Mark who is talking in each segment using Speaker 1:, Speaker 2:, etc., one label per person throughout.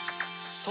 Speaker 1: 想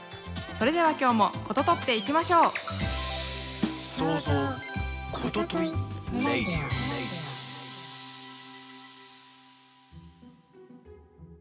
Speaker 2: それでは今日もこととっていきましょう
Speaker 1: 想像ことといレイディ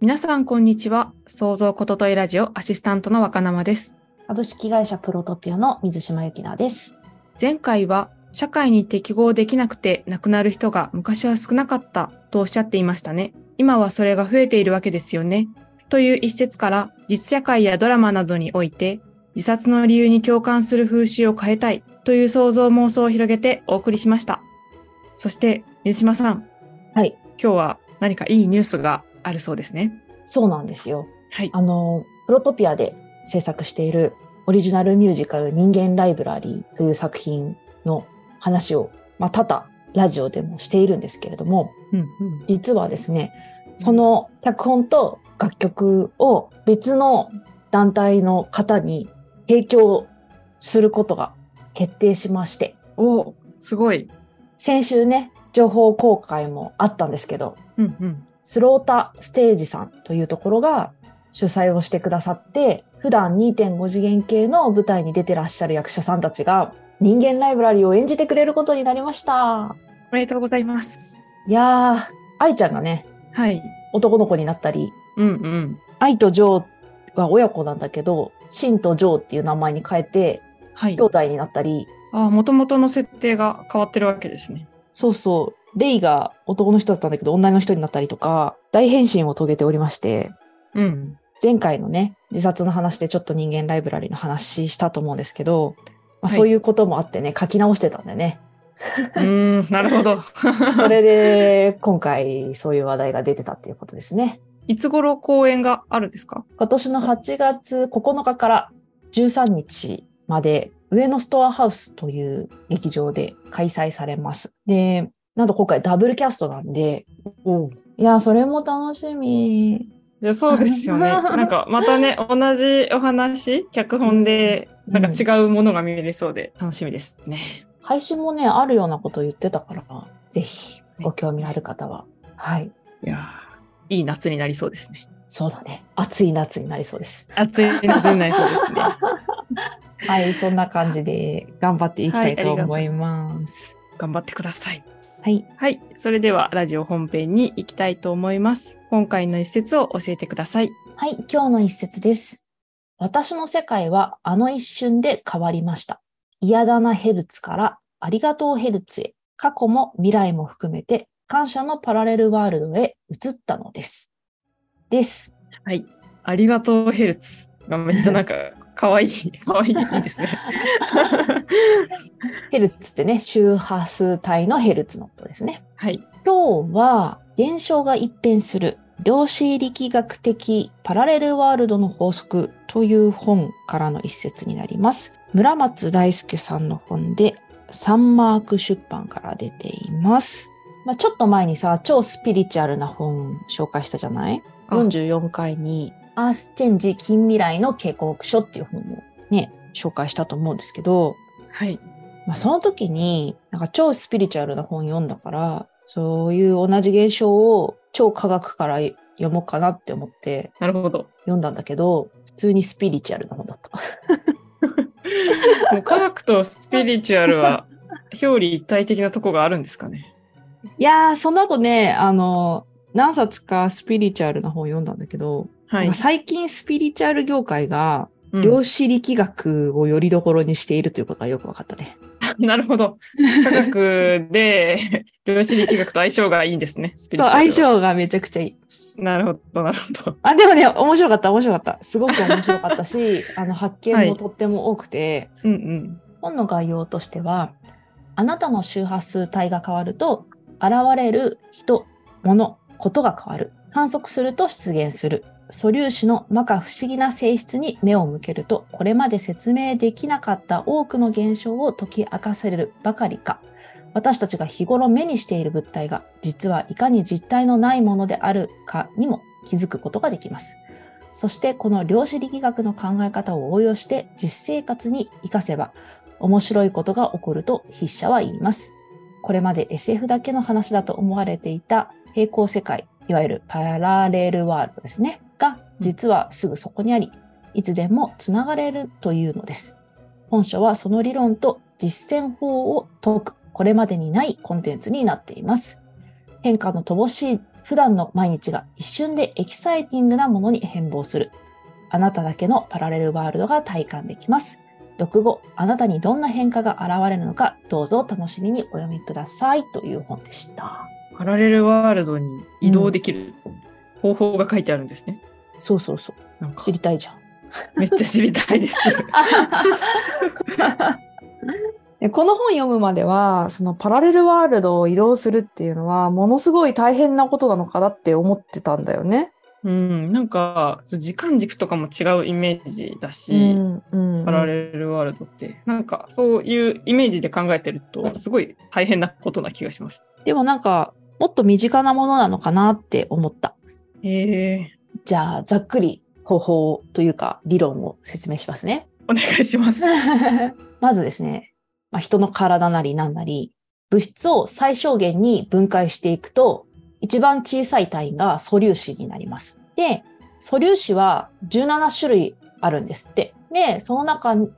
Speaker 2: 皆さんこんにちは創造ことといラジオアシスタントの若生です
Speaker 3: 株式会社プロトピアの水島由紀奈です
Speaker 2: 前回は社会に適合できなくて亡くなる人が昔は少なかったとおっしゃっていましたね。今はそれが増えているわけですよね。という一節から実社会やドラマなどにおいて自殺の理由に共感する風習を変えたいという想像妄想を広げてお送りしました。そして水島さん。
Speaker 3: はい。
Speaker 2: 今日は何かいいニュースがあるそうですね。
Speaker 3: そうなんですよ
Speaker 2: はい。
Speaker 3: あのプロトピアで制作しているオリジナルミュージカル人間ライブラリーという作品の話をまあ多々ラジオでもしているんですけれども
Speaker 2: うんうん。
Speaker 3: 実はですねその脚本と楽曲を別の団体の方に提供することが決定しまして、
Speaker 2: おすごい。
Speaker 3: 先週ね、情報公開もあったんですけど、
Speaker 2: うんうん。
Speaker 3: スロータステージさんというところが主催をしてくださって、普段2.5次元系の舞台に出てらっしゃる役者さんたちが人間ライブラリーを演じてくれることになりました。
Speaker 2: おめでとうございます。
Speaker 3: いやー、愛ちゃんがね、
Speaker 2: はい。
Speaker 3: 男の子になったり、
Speaker 2: うんうん。
Speaker 3: 愛とジョーは親子なんだけど、シンとジョーっていう名前に変えて、
Speaker 2: はい
Speaker 3: 兄。弟になったり、
Speaker 2: ああ、もともとの設定が変わってるわけですね。
Speaker 3: そうそう、レイが男の人だったんだけど、女の人になったりとか、大変身を遂げておりまして、
Speaker 2: うん。
Speaker 3: 前回のね、自殺の話でちょっと人間ライブラリの話したと思うんですけど、まあ、
Speaker 2: はい
Speaker 3: そういうこともあってね、書き直してたんだよね。
Speaker 2: うん、なるほど。
Speaker 3: それで、今回そういう話題が出てたっていうことですね。
Speaker 2: いつ頃公演があるんですか
Speaker 3: 今年の8月9日から13日まで、上野ストアハウスという劇場で開催されます。で、なんと今回ダブルキャストなんで、いや、それも楽しみ。
Speaker 2: いやそうですよね。 なんかまたね、同じお話、脚本で、
Speaker 3: うん
Speaker 2: なんか違うものが見れそうで楽しみですね。
Speaker 3: 配信もね、あるようなこと言ってたから、ぜひ、ご興味ある方は。はい。
Speaker 2: いやーいい夏になりそうですね。
Speaker 3: そうだね。暑い夏になりそうです。
Speaker 2: 暑い夏になりそうですね。
Speaker 3: はい、そんな感じで頑張っていきたいと思います。
Speaker 2: 頑張ってください。
Speaker 3: はい。
Speaker 2: はい。それではラジオ本編に行きたいと思います。今回の一節を教えてください。
Speaker 3: はい、今日の一節です。私の世界はあの一瞬で変わりました。嫌だなヘルツからありがとうヘルツへ、過去も未来も含めて感謝のパラレルワールドへ移ったのです。です。
Speaker 2: はい。ありがとうヘルツがめっちゃ なんか可愛い、可愛いですね。
Speaker 3: ヘルツってね、周波数帯のヘルツのことですね。
Speaker 2: はい。
Speaker 3: 今日は現象が一変する量子力学的パラレルワールドの法則という本からの一節になります。村松大輔さんの本でサンマーク出版から出ています。まあ、ちょっと前にさ、超スピリチュアルな本紹介したじゃない
Speaker 2: あ
Speaker 3: ?44 回にアースチェンジ近未来の警告書っていう本をね、紹介したと思うんですけど、
Speaker 2: はい。
Speaker 3: まあ、その時に、なんか超スピリチュアルな本読んだから、そういう同じ現象を超科学から読もうかなって思って
Speaker 2: なるほど。
Speaker 3: 読んだんだけど、普通にスピリチュアルな本だった。
Speaker 2: もう科学とスピリチュアルは表裏一体的なとこがあるんですかね。
Speaker 3: いやー、その後ね、あの、何冊かスピリチュアルな本読んだんだけど、
Speaker 2: は
Speaker 3: ないんか。最近スピリチュアル業界が
Speaker 2: うん
Speaker 3: 量子力学をよりどころにしているということがよく分かったね。
Speaker 2: なるほど。科学で 量子力学と相性がいいんですね。スピリチュ
Speaker 3: そう、
Speaker 2: アルは
Speaker 3: 相。性がめちゃくちゃいい。
Speaker 2: なるほど、なるほど。
Speaker 3: あ、でもね、面白かった、面白かった。すごく面白かったし、 あの、発見もとっても多くて、
Speaker 2: うんうん。
Speaker 3: 本の概要としては、あなたの周波数帯が変わると、現れる人、物、ことが変わる。観測すると出現する。素粒子の摩訶不思議な性質に目を向けると、これまで説明できなかった多くの現象を解き明かせるばかりか、私たちが日頃目にしている物体が、実はいかに実体のないものであるかにも気づくことができます。そして、この量子力学の考え方を応用して実生活に活かせば、面白いことが起こると筆者は言います。これまで SF だけの話だと思われていた平行世界、いわゆるパラレルワールドですね、が実はすぐそこにあり、いつでもつながれるというのです。本書はその理論と実践法を解く、これまでにないコンテンツになっています。変化の乏しい普段の毎日が一瞬でエキサイティングなものに変貌する。あなただけのパラレルワールドが体感できます。読後、あなたにどんな変化が現れるのか、どうぞお楽しみにお読みくださいという本でした。
Speaker 2: パラレルワールドに移動できる方法が書いてあるんですね。
Speaker 3: そうそうそう。
Speaker 2: なんか
Speaker 3: 知りたいじゃん。
Speaker 2: めっちゃ知りたい です。
Speaker 4: でこの本読むまではそのパラレルワールドを移動するっていうのはものすごい大変なことなのかなって思ってたんだよね。
Speaker 2: うん、なんかそう時間軸とかも違うイメージだし、
Speaker 4: うんうん
Speaker 2: パラレルワールドってなんかそういうイメージで考えてるとすごい大変なことな気がします。
Speaker 3: でもなんか、もっと身近なものなのかなって思った。
Speaker 2: へえ
Speaker 3: じゃあ、ざっくり方法というか理論を説明しますね。
Speaker 2: お願いします。
Speaker 3: まずですね、まあ、人の体なりなんなり、物質を最小限に分解していくと、一番小さい単位が素粒子になります。で、素粒子は17種類あるんですって。で、その中を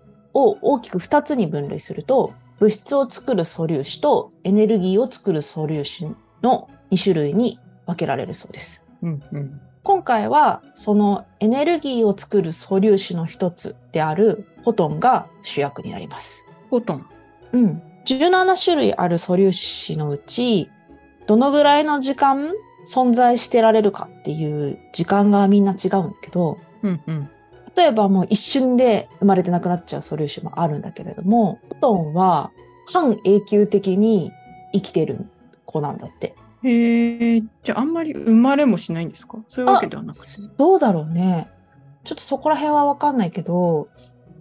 Speaker 3: 大きく2つに分類すると、物質を作る素粒子とエネルギーを作る素粒子の2種類に分けられるそうです。
Speaker 2: うんうん。
Speaker 3: 今回はそのエネルギーを作る素粒子の一つであるフォトンが主役になります。
Speaker 2: フォトン。
Speaker 3: うん。17種類ある素粒子のうち、どのぐらいの時間存在してられるかっていう時間がみんな違うんだけど、
Speaker 2: うんうん。
Speaker 3: 例えばもう一瞬で生まれてなくなっちゃう素粒子もあるんだけれども、フォトンは半永久的に生きてる子なんだって。
Speaker 2: へえ。じゃああんまり生まれもしないんですか？そういうわけではなくて。
Speaker 3: どうだろうね。ちょっとそこら辺はわかんないけど、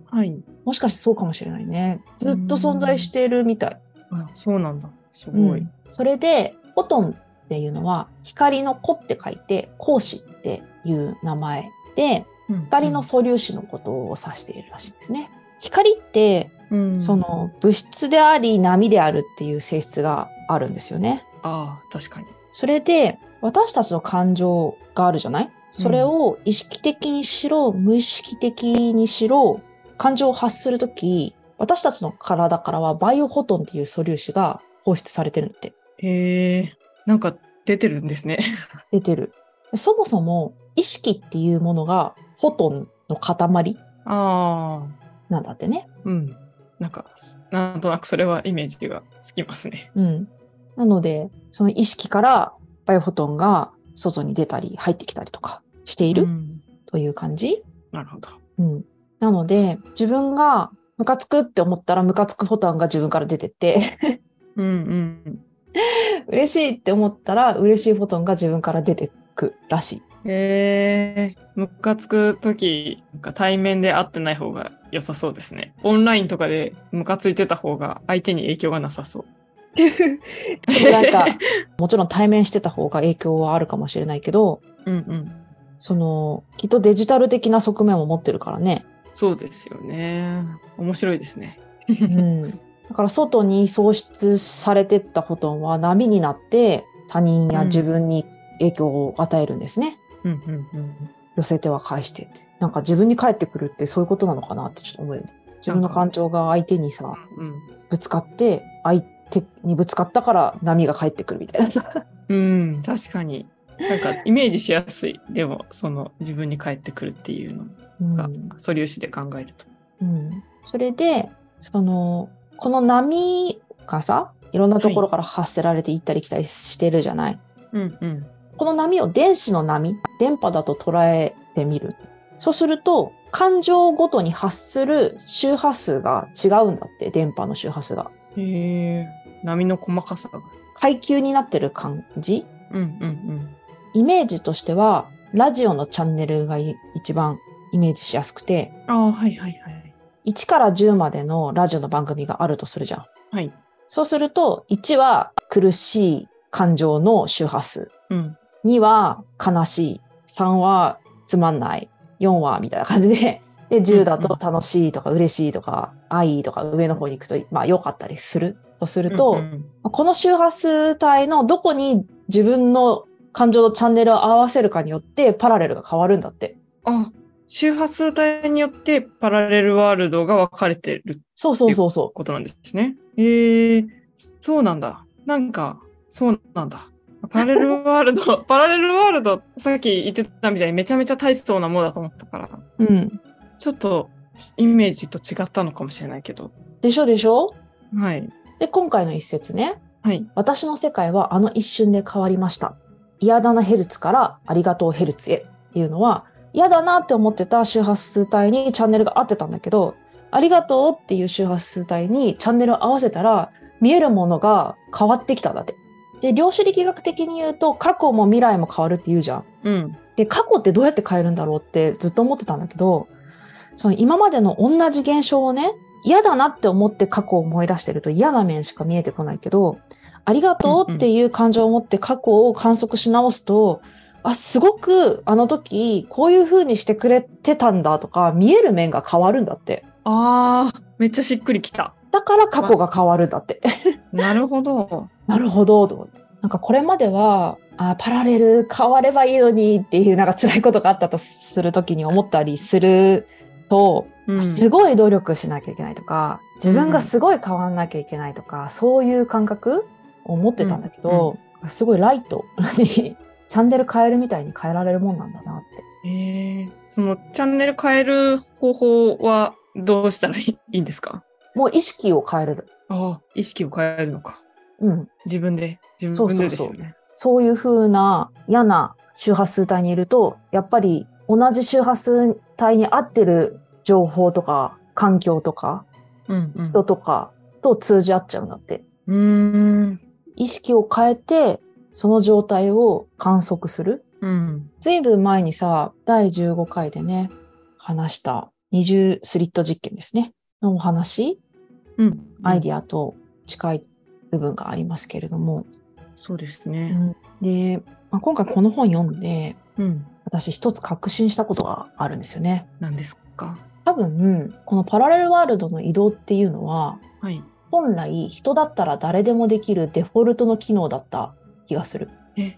Speaker 2: はい。
Speaker 3: もしかしてそうかもしれないね。ずっと存在しているみたい。
Speaker 2: あ、そうなんだ。すごい。
Speaker 3: うんそれで、フォトンっていうのは、光の子って書いて、光子っていう名前で、
Speaker 2: うん
Speaker 3: 光の素粒子のことを指しているらしいんですね。光って、
Speaker 2: うん
Speaker 3: その物質であり波であるっていう性質があるんですよね。
Speaker 2: ああ確かに。
Speaker 3: それで、私たちの感情があるじゃないそれを意識的にしろ、無意識的にしろ、感情を発するとき、私たちの体からはバイオフォトンっていう素粒子が放出されてるんだって。
Speaker 2: へえ。なんか出てるんですね。
Speaker 3: 出てる。そもそも意識っていうものがフォトンの塊
Speaker 2: ああ。
Speaker 3: なんだってね。
Speaker 2: うん。なんかなんとなくそれはイメージがつきますね。
Speaker 3: うん。なので、その意識からバイオフォトンが外に出たり入ってきたりとかしている
Speaker 2: うん
Speaker 3: という感じ。
Speaker 2: なるほど。
Speaker 3: うん。なので、自分がムカつくって思ったらムカつくボタンが自分から出てって、
Speaker 2: うんうん。
Speaker 3: 嬉しいって思ったら嬉しいフォトンが自分から出てくらしい。
Speaker 2: へえ。ムカつく時なんか対面で会ってない方が良さそうですね。オンラインとかでムカついてた方が相手に影響がなさそう。
Speaker 3: なんか、もちろん対面してた方が影響はあるかもしれないけど、
Speaker 2: うんうん。
Speaker 3: その、きっとデジタル的な側面も持ってるからね。
Speaker 2: そうですよね。面白いですね。
Speaker 3: うん。だから外に喪失されてったフォトンは波になって他人や自分に影響を与えるんですね。
Speaker 2: うんうんうん。
Speaker 3: 寄せては返してって。なんか自分に返ってくるってそういうことなのかなってちょっと思うよね。自分の感情が相手にさ、
Speaker 2: うん
Speaker 3: ぶつかって、相手にぶつかったから波が返ってくるみたいなさ。
Speaker 2: うん、確かに。なんかイメージしやすい。でも、その自分に返ってくるっていうの
Speaker 3: うん
Speaker 2: が、素粒子で考えると。
Speaker 3: うんそれで、その、この波がさ、いろんなところから発せられて行ったり来たりしてるじゃない。
Speaker 2: うんうん。
Speaker 3: この波を電子の波、電波だと捉えてみる。そうすると、感情ごとに発する周波数が違うんだって、電波の周波数が。
Speaker 2: へえ。波の細かさが。
Speaker 3: 階級になってる感じ
Speaker 2: うんうん
Speaker 3: イメージとしてはラジオのチャンネルがい一番イメージしやすくて、
Speaker 2: ああ、はいはいはい。
Speaker 3: 1から10までのラジオの番組があるとするじゃん。
Speaker 2: はい。
Speaker 3: そうすると、1は苦しい感情の周波数。
Speaker 2: うん。
Speaker 3: 2は悲しい、3はつまんない、4はみたいな感じで、で、10だと楽しいとか嬉しいとか、愛とか上の方に行くと、まあ良かったりするとすると、
Speaker 2: うん
Speaker 3: この周波数帯のどこに自分の感情のチャンネルを合わせるかによってパラレルが変わるんだって。
Speaker 2: うん、あ、周波数帯によってパラレルワールドが分かれてる
Speaker 3: そうそうそうそう。
Speaker 2: ことなんですね。えー、そうなんだ。なんか、そうなんだ。パラレルワールド、 パラレルワールド、さっき言ってたみたいにめちゃめちゃ大しそうなものだと思ったから、
Speaker 3: うん。
Speaker 2: ちょっとイメージと違ったのかもしれないけど。
Speaker 3: でしょでしょ
Speaker 2: はい。
Speaker 3: で、今回の一節ね。
Speaker 2: はい。
Speaker 3: 私の世界はあの一瞬で変わりました。嫌だなヘルツからありがとうヘルツへっていうのは、嫌だなって思ってた周波数帯にチャンネルが合ってたんだけど、ありがとうっていう周波数帯にチャンネルを合わせたら、見えるものが変わってきたんだって。で、量子力学的に言うと、過去も未来も変わるって言うじゃん。
Speaker 2: うん。
Speaker 3: で、過去ってどうやって変えるんだろうってずっと思ってたんだけど、その今までの同じ現象をね、嫌だなって思って過去を思い出してると嫌な面しか見えてこないけど、ありがとうっていう感情を持って過去を観測し直すと、あ、すごくあの時こういう風にしてくれてたんだとか、見える面が変わるんだって。
Speaker 2: あー、めっちゃしっくりきた。
Speaker 3: だから過去が変わるんだって。
Speaker 2: なるほど。
Speaker 3: なるほど、と思って。なんかこれまでは、あパラレル変わればいいのにっていうなんか辛いことがあったとするときに思ったりすると、
Speaker 2: うん
Speaker 3: すごい努力しなきゃいけないとか、自分がすごい変わんなきゃいけないとか、そういう感覚を持ってたんだけど、すごいライトに チャンネル変えるみたいに変えられるもんなんだなって。
Speaker 2: えー、そのチャンネル変える方法はどうしたらいいいいんですか
Speaker 3: もう意識を変える。
Speaker 2: ああ、意識を変えるのか。
Speaker 3: うん。
Speaker 2: 自分で、自
Speaker 3: そう
Speaker 2: 分
Speaker 3: そ
Speaker 2: で
Speaker 3: うそう
Speaker 2: ですよね。
Speaker 3: そういう風な嫌な周波数帯にいると、やっぱり同じ周波数帯に合ってる情報とか、環境とか、
Speaker 2: うんうん
Speaker 3: 人とかと通じ合っちゃうんだって。
Speaker 2: うーん。
Speaker 3: 意識を変えて、その状態を観測する。
Speaker 2: うん。
Speaker 3: ずいぶん前にさ、第15回でね、話した二重スリット実験ですね。のお話、
Speaker 2: うん。
Speaker 3: アイディアと近い部分がありますけれども。
Speaker 2: そうですね。
Speaker 3: で、まあ、今回この本読んで、
Speaker 2: うん。
Speaker 3: 私一つ確信したことがあるんですよね。
Speaker 2: なんですか。
Speaker 3: 多分、このパラレルワールドの移動っていうのは、
Speaker 2: はい。
Speaker 3: 本来人だったら誰でもできるデフォルトの機能だった気がする。
Speaker 2: え、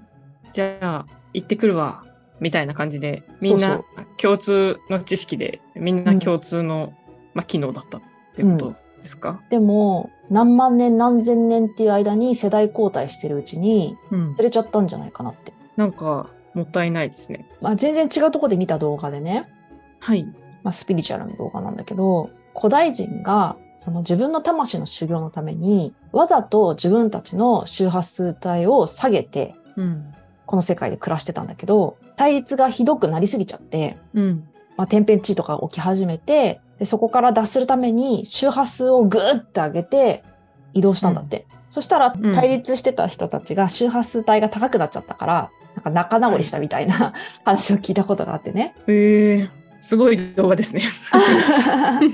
Speaker 2: じゃあ、行ってくるわ。みたいな感じで、みん
Speaker 3: そ
Speaker 2: な
Speaker 3: う
Speaker 2: 共通の知識で、みん
Speaker 3: う
Speaker 2: なん共通の、まあ、機能だったってことですか。
Speaker 3: でも、何万年何千年っていう間に世代交代してるうちに、
Speaker 2: うん
Speaker 3: 忘。れちゃったんじゃないかなって。
Speaker 2: なんか、もったいないですね。
Speaker 3: まあ全然違うとこで見た動画でね、
Speaker 2: はい。
Speaker 3: まあ、スピリチュアルの動画なんだけど、古代人がその自分の魂の修行のために、わざと自分たちの周波数帯を下げて、
Speaker 2: うん。
Speaker 3: この世界で暮らしてたんだけど、対立がひどくなりすぎちゃって、
Speaker 2: うん。
Speaker 3: まあ、天変地異とか起き始めてで、そこから脱するために周波数をグーって上げて移動したんだって。そしたら
Speaker 2: うん
Speaker 3: 対立してた人たちが周波数帯が高くなっちゃったから、なんか仲直りしたみたいな話を聞いたことがあって ね。
Speaker 2: ええー、すごい動画ですね。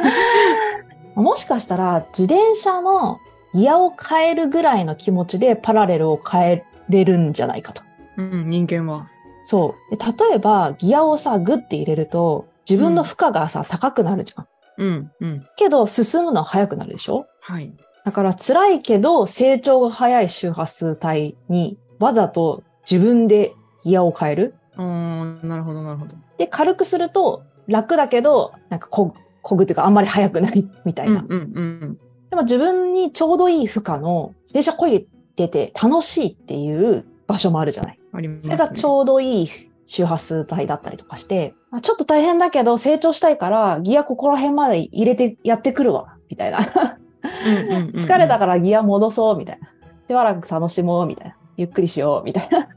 Speaker 3: もしかしたら自転車のギアを変えるぐらいの気持ちでパラレルを変えれるんじゃないかと。
Speaker 2: うん、人間は。
Speaker 3: そう。で例えばギアをさ、グッて入れると自分の負荷がさ、高くなるじゃん。
Speaker 2: うん、うん。
Speaker 3: けど進むのは速くなるでしょ
Speaker 2: はい。
Speaker 3: だから辛いけど成長が早い周波数帯にわざと自分でギアを変える。
Speaker 2: あーなるほど、なるほど。
Speaker 3: で、軽くすると楽だけど、なんかこぐ、こぐっていうかあんまり速くない みたい
Speaker 2: うん
Speaker 3: な。
Speaker 2: うんうん
Speaker 3: でも自分にちょうどいい負荷の自転車こいでて楽しいっていう場所もあるじゃない。
Speaker 2: うん。あります
Speaker 3: そ
Speaker 2: ね。
Speaker 3: れがちょうどいい周波数帯だったりとかして、あちょっと大変だけど成長したいからギアここら辺まで入れてやってくるわ、みたいな。疲
Speaker 2: 疲
Speaker 3: れたからギア戻そう、みたいな。しばらく楽しもう、みたいな。ゆっくりしよう、みたいな。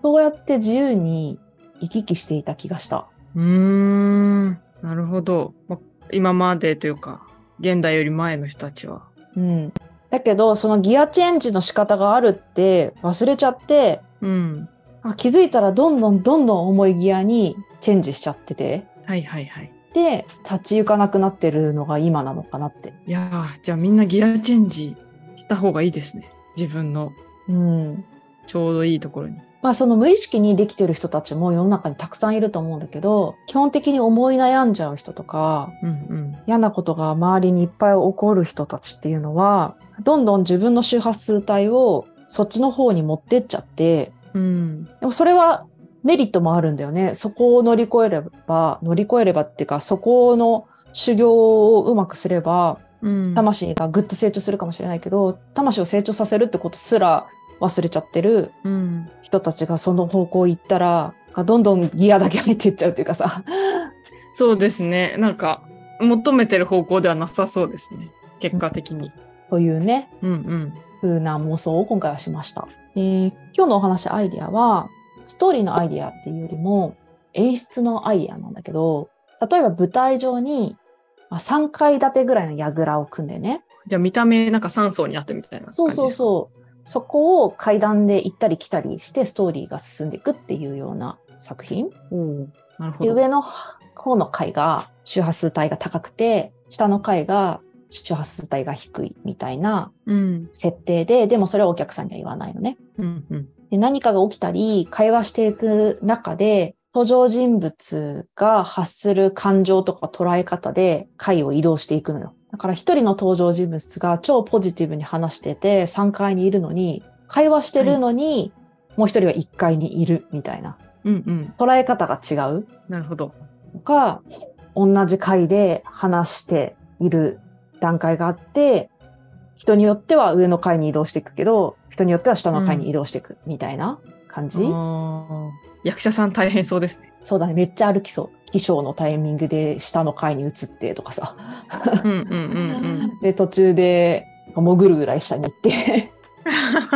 Speaker 3: そうやって自由に行き来していた気がした。
Speaker 2: うーんなるほど、ま、今までというか現代より前の人たちは
Speaker 3: うん。だけど、そのギアチェンジの仕方があるって忘れちゃって、
Speaker 2: うん
Speaker 3: あ気づいたらどんどんどんどん重いギアにチェンジしちゃってて
Speaker 2: はいはいはい。
Speaker 3: で立ち行かなくなってるのが今なのかなって
Speaker 2: いやーじゃあみんなギアチェンジした方がいいですね。自分の
Speaker 3: うん
Speaker 2: ちょうどいいところに。
Speaker 3: まあその無意識にできてる人たちも世の中にたくさんいると思うんだけど基本的に思い悩んじゃう人とか
Speaker 2: うんうん。
Speaker 3: 嫌なことが周りにいっぱい起こる人たちっていうのはどんどん自分の周波数帯をそっちの方に持ってっちゃって
Speaker 2: うん、
Speaker 3: でもそれはメリットもあるんだよね。そこを乗り越えれば、乗り越えればっていうか、そこの修行をうまくすれば、
Speaker 2: うん、
Speaker 3: 魂がぐっと成長するかもしれないけど、魂を成長させるってことすら忘れちゃってる
Speaker 2: うん、
Speaker 3: 人たちがその方向行ったら、どんどんギアだけ入っていっちゃうっていうかさ。
Speaker 2: そうですねなんか求めてる方向ではなさそうですね結果的に
Speaker 3: というね、
Speaker 2: うんうん
Speaker 3: 風な妄想を今回はしました。えー今日のお話アイディアは、ストーリーのアイディアっていうよりも、演出のアイディアなんだけど、例えば舞台上にまあ3階建てぐらいの櫓を組んでね、
Speaker 2: じゃあ見た目なんか3層にあってみたいな感じ
Speaker 3: そうそうそう、そこを階段で行ったり来たりしてストーリーが進んでいくっていうような作品。
Speaker 2: うおーなるほ
Speaker 3: で
Speaker 2: ど
Speaker 3: 上の方の階が周波数帯が高くて、下の階が周波数帯が低いみたいな
Speaker 2: うん
Speaker 3: 設定で、でもそれはお客さんには言わないのね。
Speaker 2: うんうん
Speaker 3: で何かが起きたり会話していく中で登場人物が発する感情とか捉え方で回を移動していくのよ。だから一人の登場人物が超ポジティブに話してて3階にいるのに会話してるのに、もう一人は1階にいるみたいな
Speaker 2: うんうん
Speaker 3: 捉え方が違う
Speaker 2: なるほど
Speaker 3: とか同じ階で話している段階があって人によっては上の階に移動していくけど人によっては下の階に移動していくみたいな感じ、
Speaker 2: あー役者さん大変そうですね
Speaker 3: そうだねめっちゃ歩きそう衣装のタイミングで下の階に移ってとかさ
Speaker 2: うんうんうんうん
Speaker 3: で途中で潜るぐらい下に行って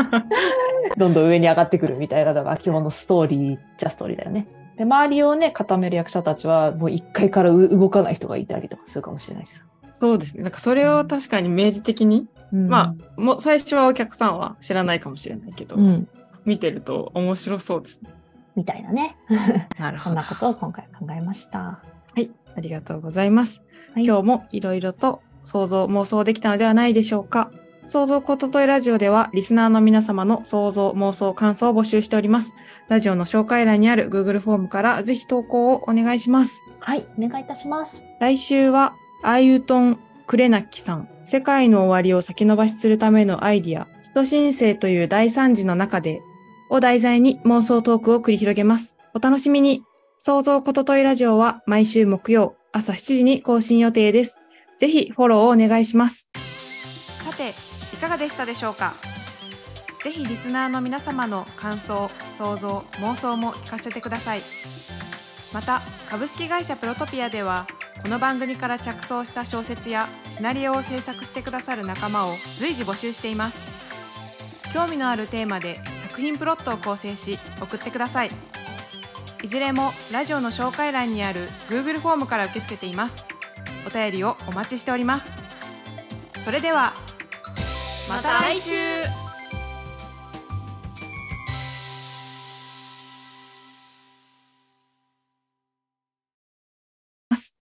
Speaker 3: どんどん上に上がってくるみたいなのが基本のストーリーじゃストーリーだよね。で周りをね固める役者たちはもう1階からう動かない人がいたりとかするかもしれないです。
Speaker 2: そうですねなんかそれを確かに明示的に、
Speaker 3: うん
Speaker 2: まあもう最初はお客さんは知らないかもしれないけど、
Speaker 3: うん、
Speaker 2: 見てると面白そうですね
Speaker 3: みたいなね。
Speaker 2: なる
Speaker 5: こんなことを今回考えました。
Speaker 2: はい、ありがとうございます。
Speaker 5: はい
Speaker 2: 今日もいろいろと想像、妄想できたのではないでしょうか。想像ことといラジオでは、リスナーの皆様の想像、妄想、感想を募集しております。ラジオの紹介欄にある Google フォームからぜひ投稿をお願いします。
Speaker 5: はい、お願いいたします。
Speaker 2: 来週は、アイウトン・クレナッキさん、世界の終わりを先延ばしするためのアイディア、人申請という大惨事の中で、を題材に妄想トークを繰り広げます。お楽しみに想像ことといラジオは毎週木曜朝7時に更新予定です。ぜひフォローをお願いします。さて、いかがでしたでしょうかぜひリスナーの皆様の感想、想像、妄想も聞かせてください。また、株式会社プロトピアでは、この番組から着想した小説やシナリオを制作してくださる仲間を随時募集しています。興味のあるテーマで作品プロットを構成し送ってください。いずれもラジオの紹介欄にある Google フォームから受け付けています。お便りをお待ちしております。それでは、また来週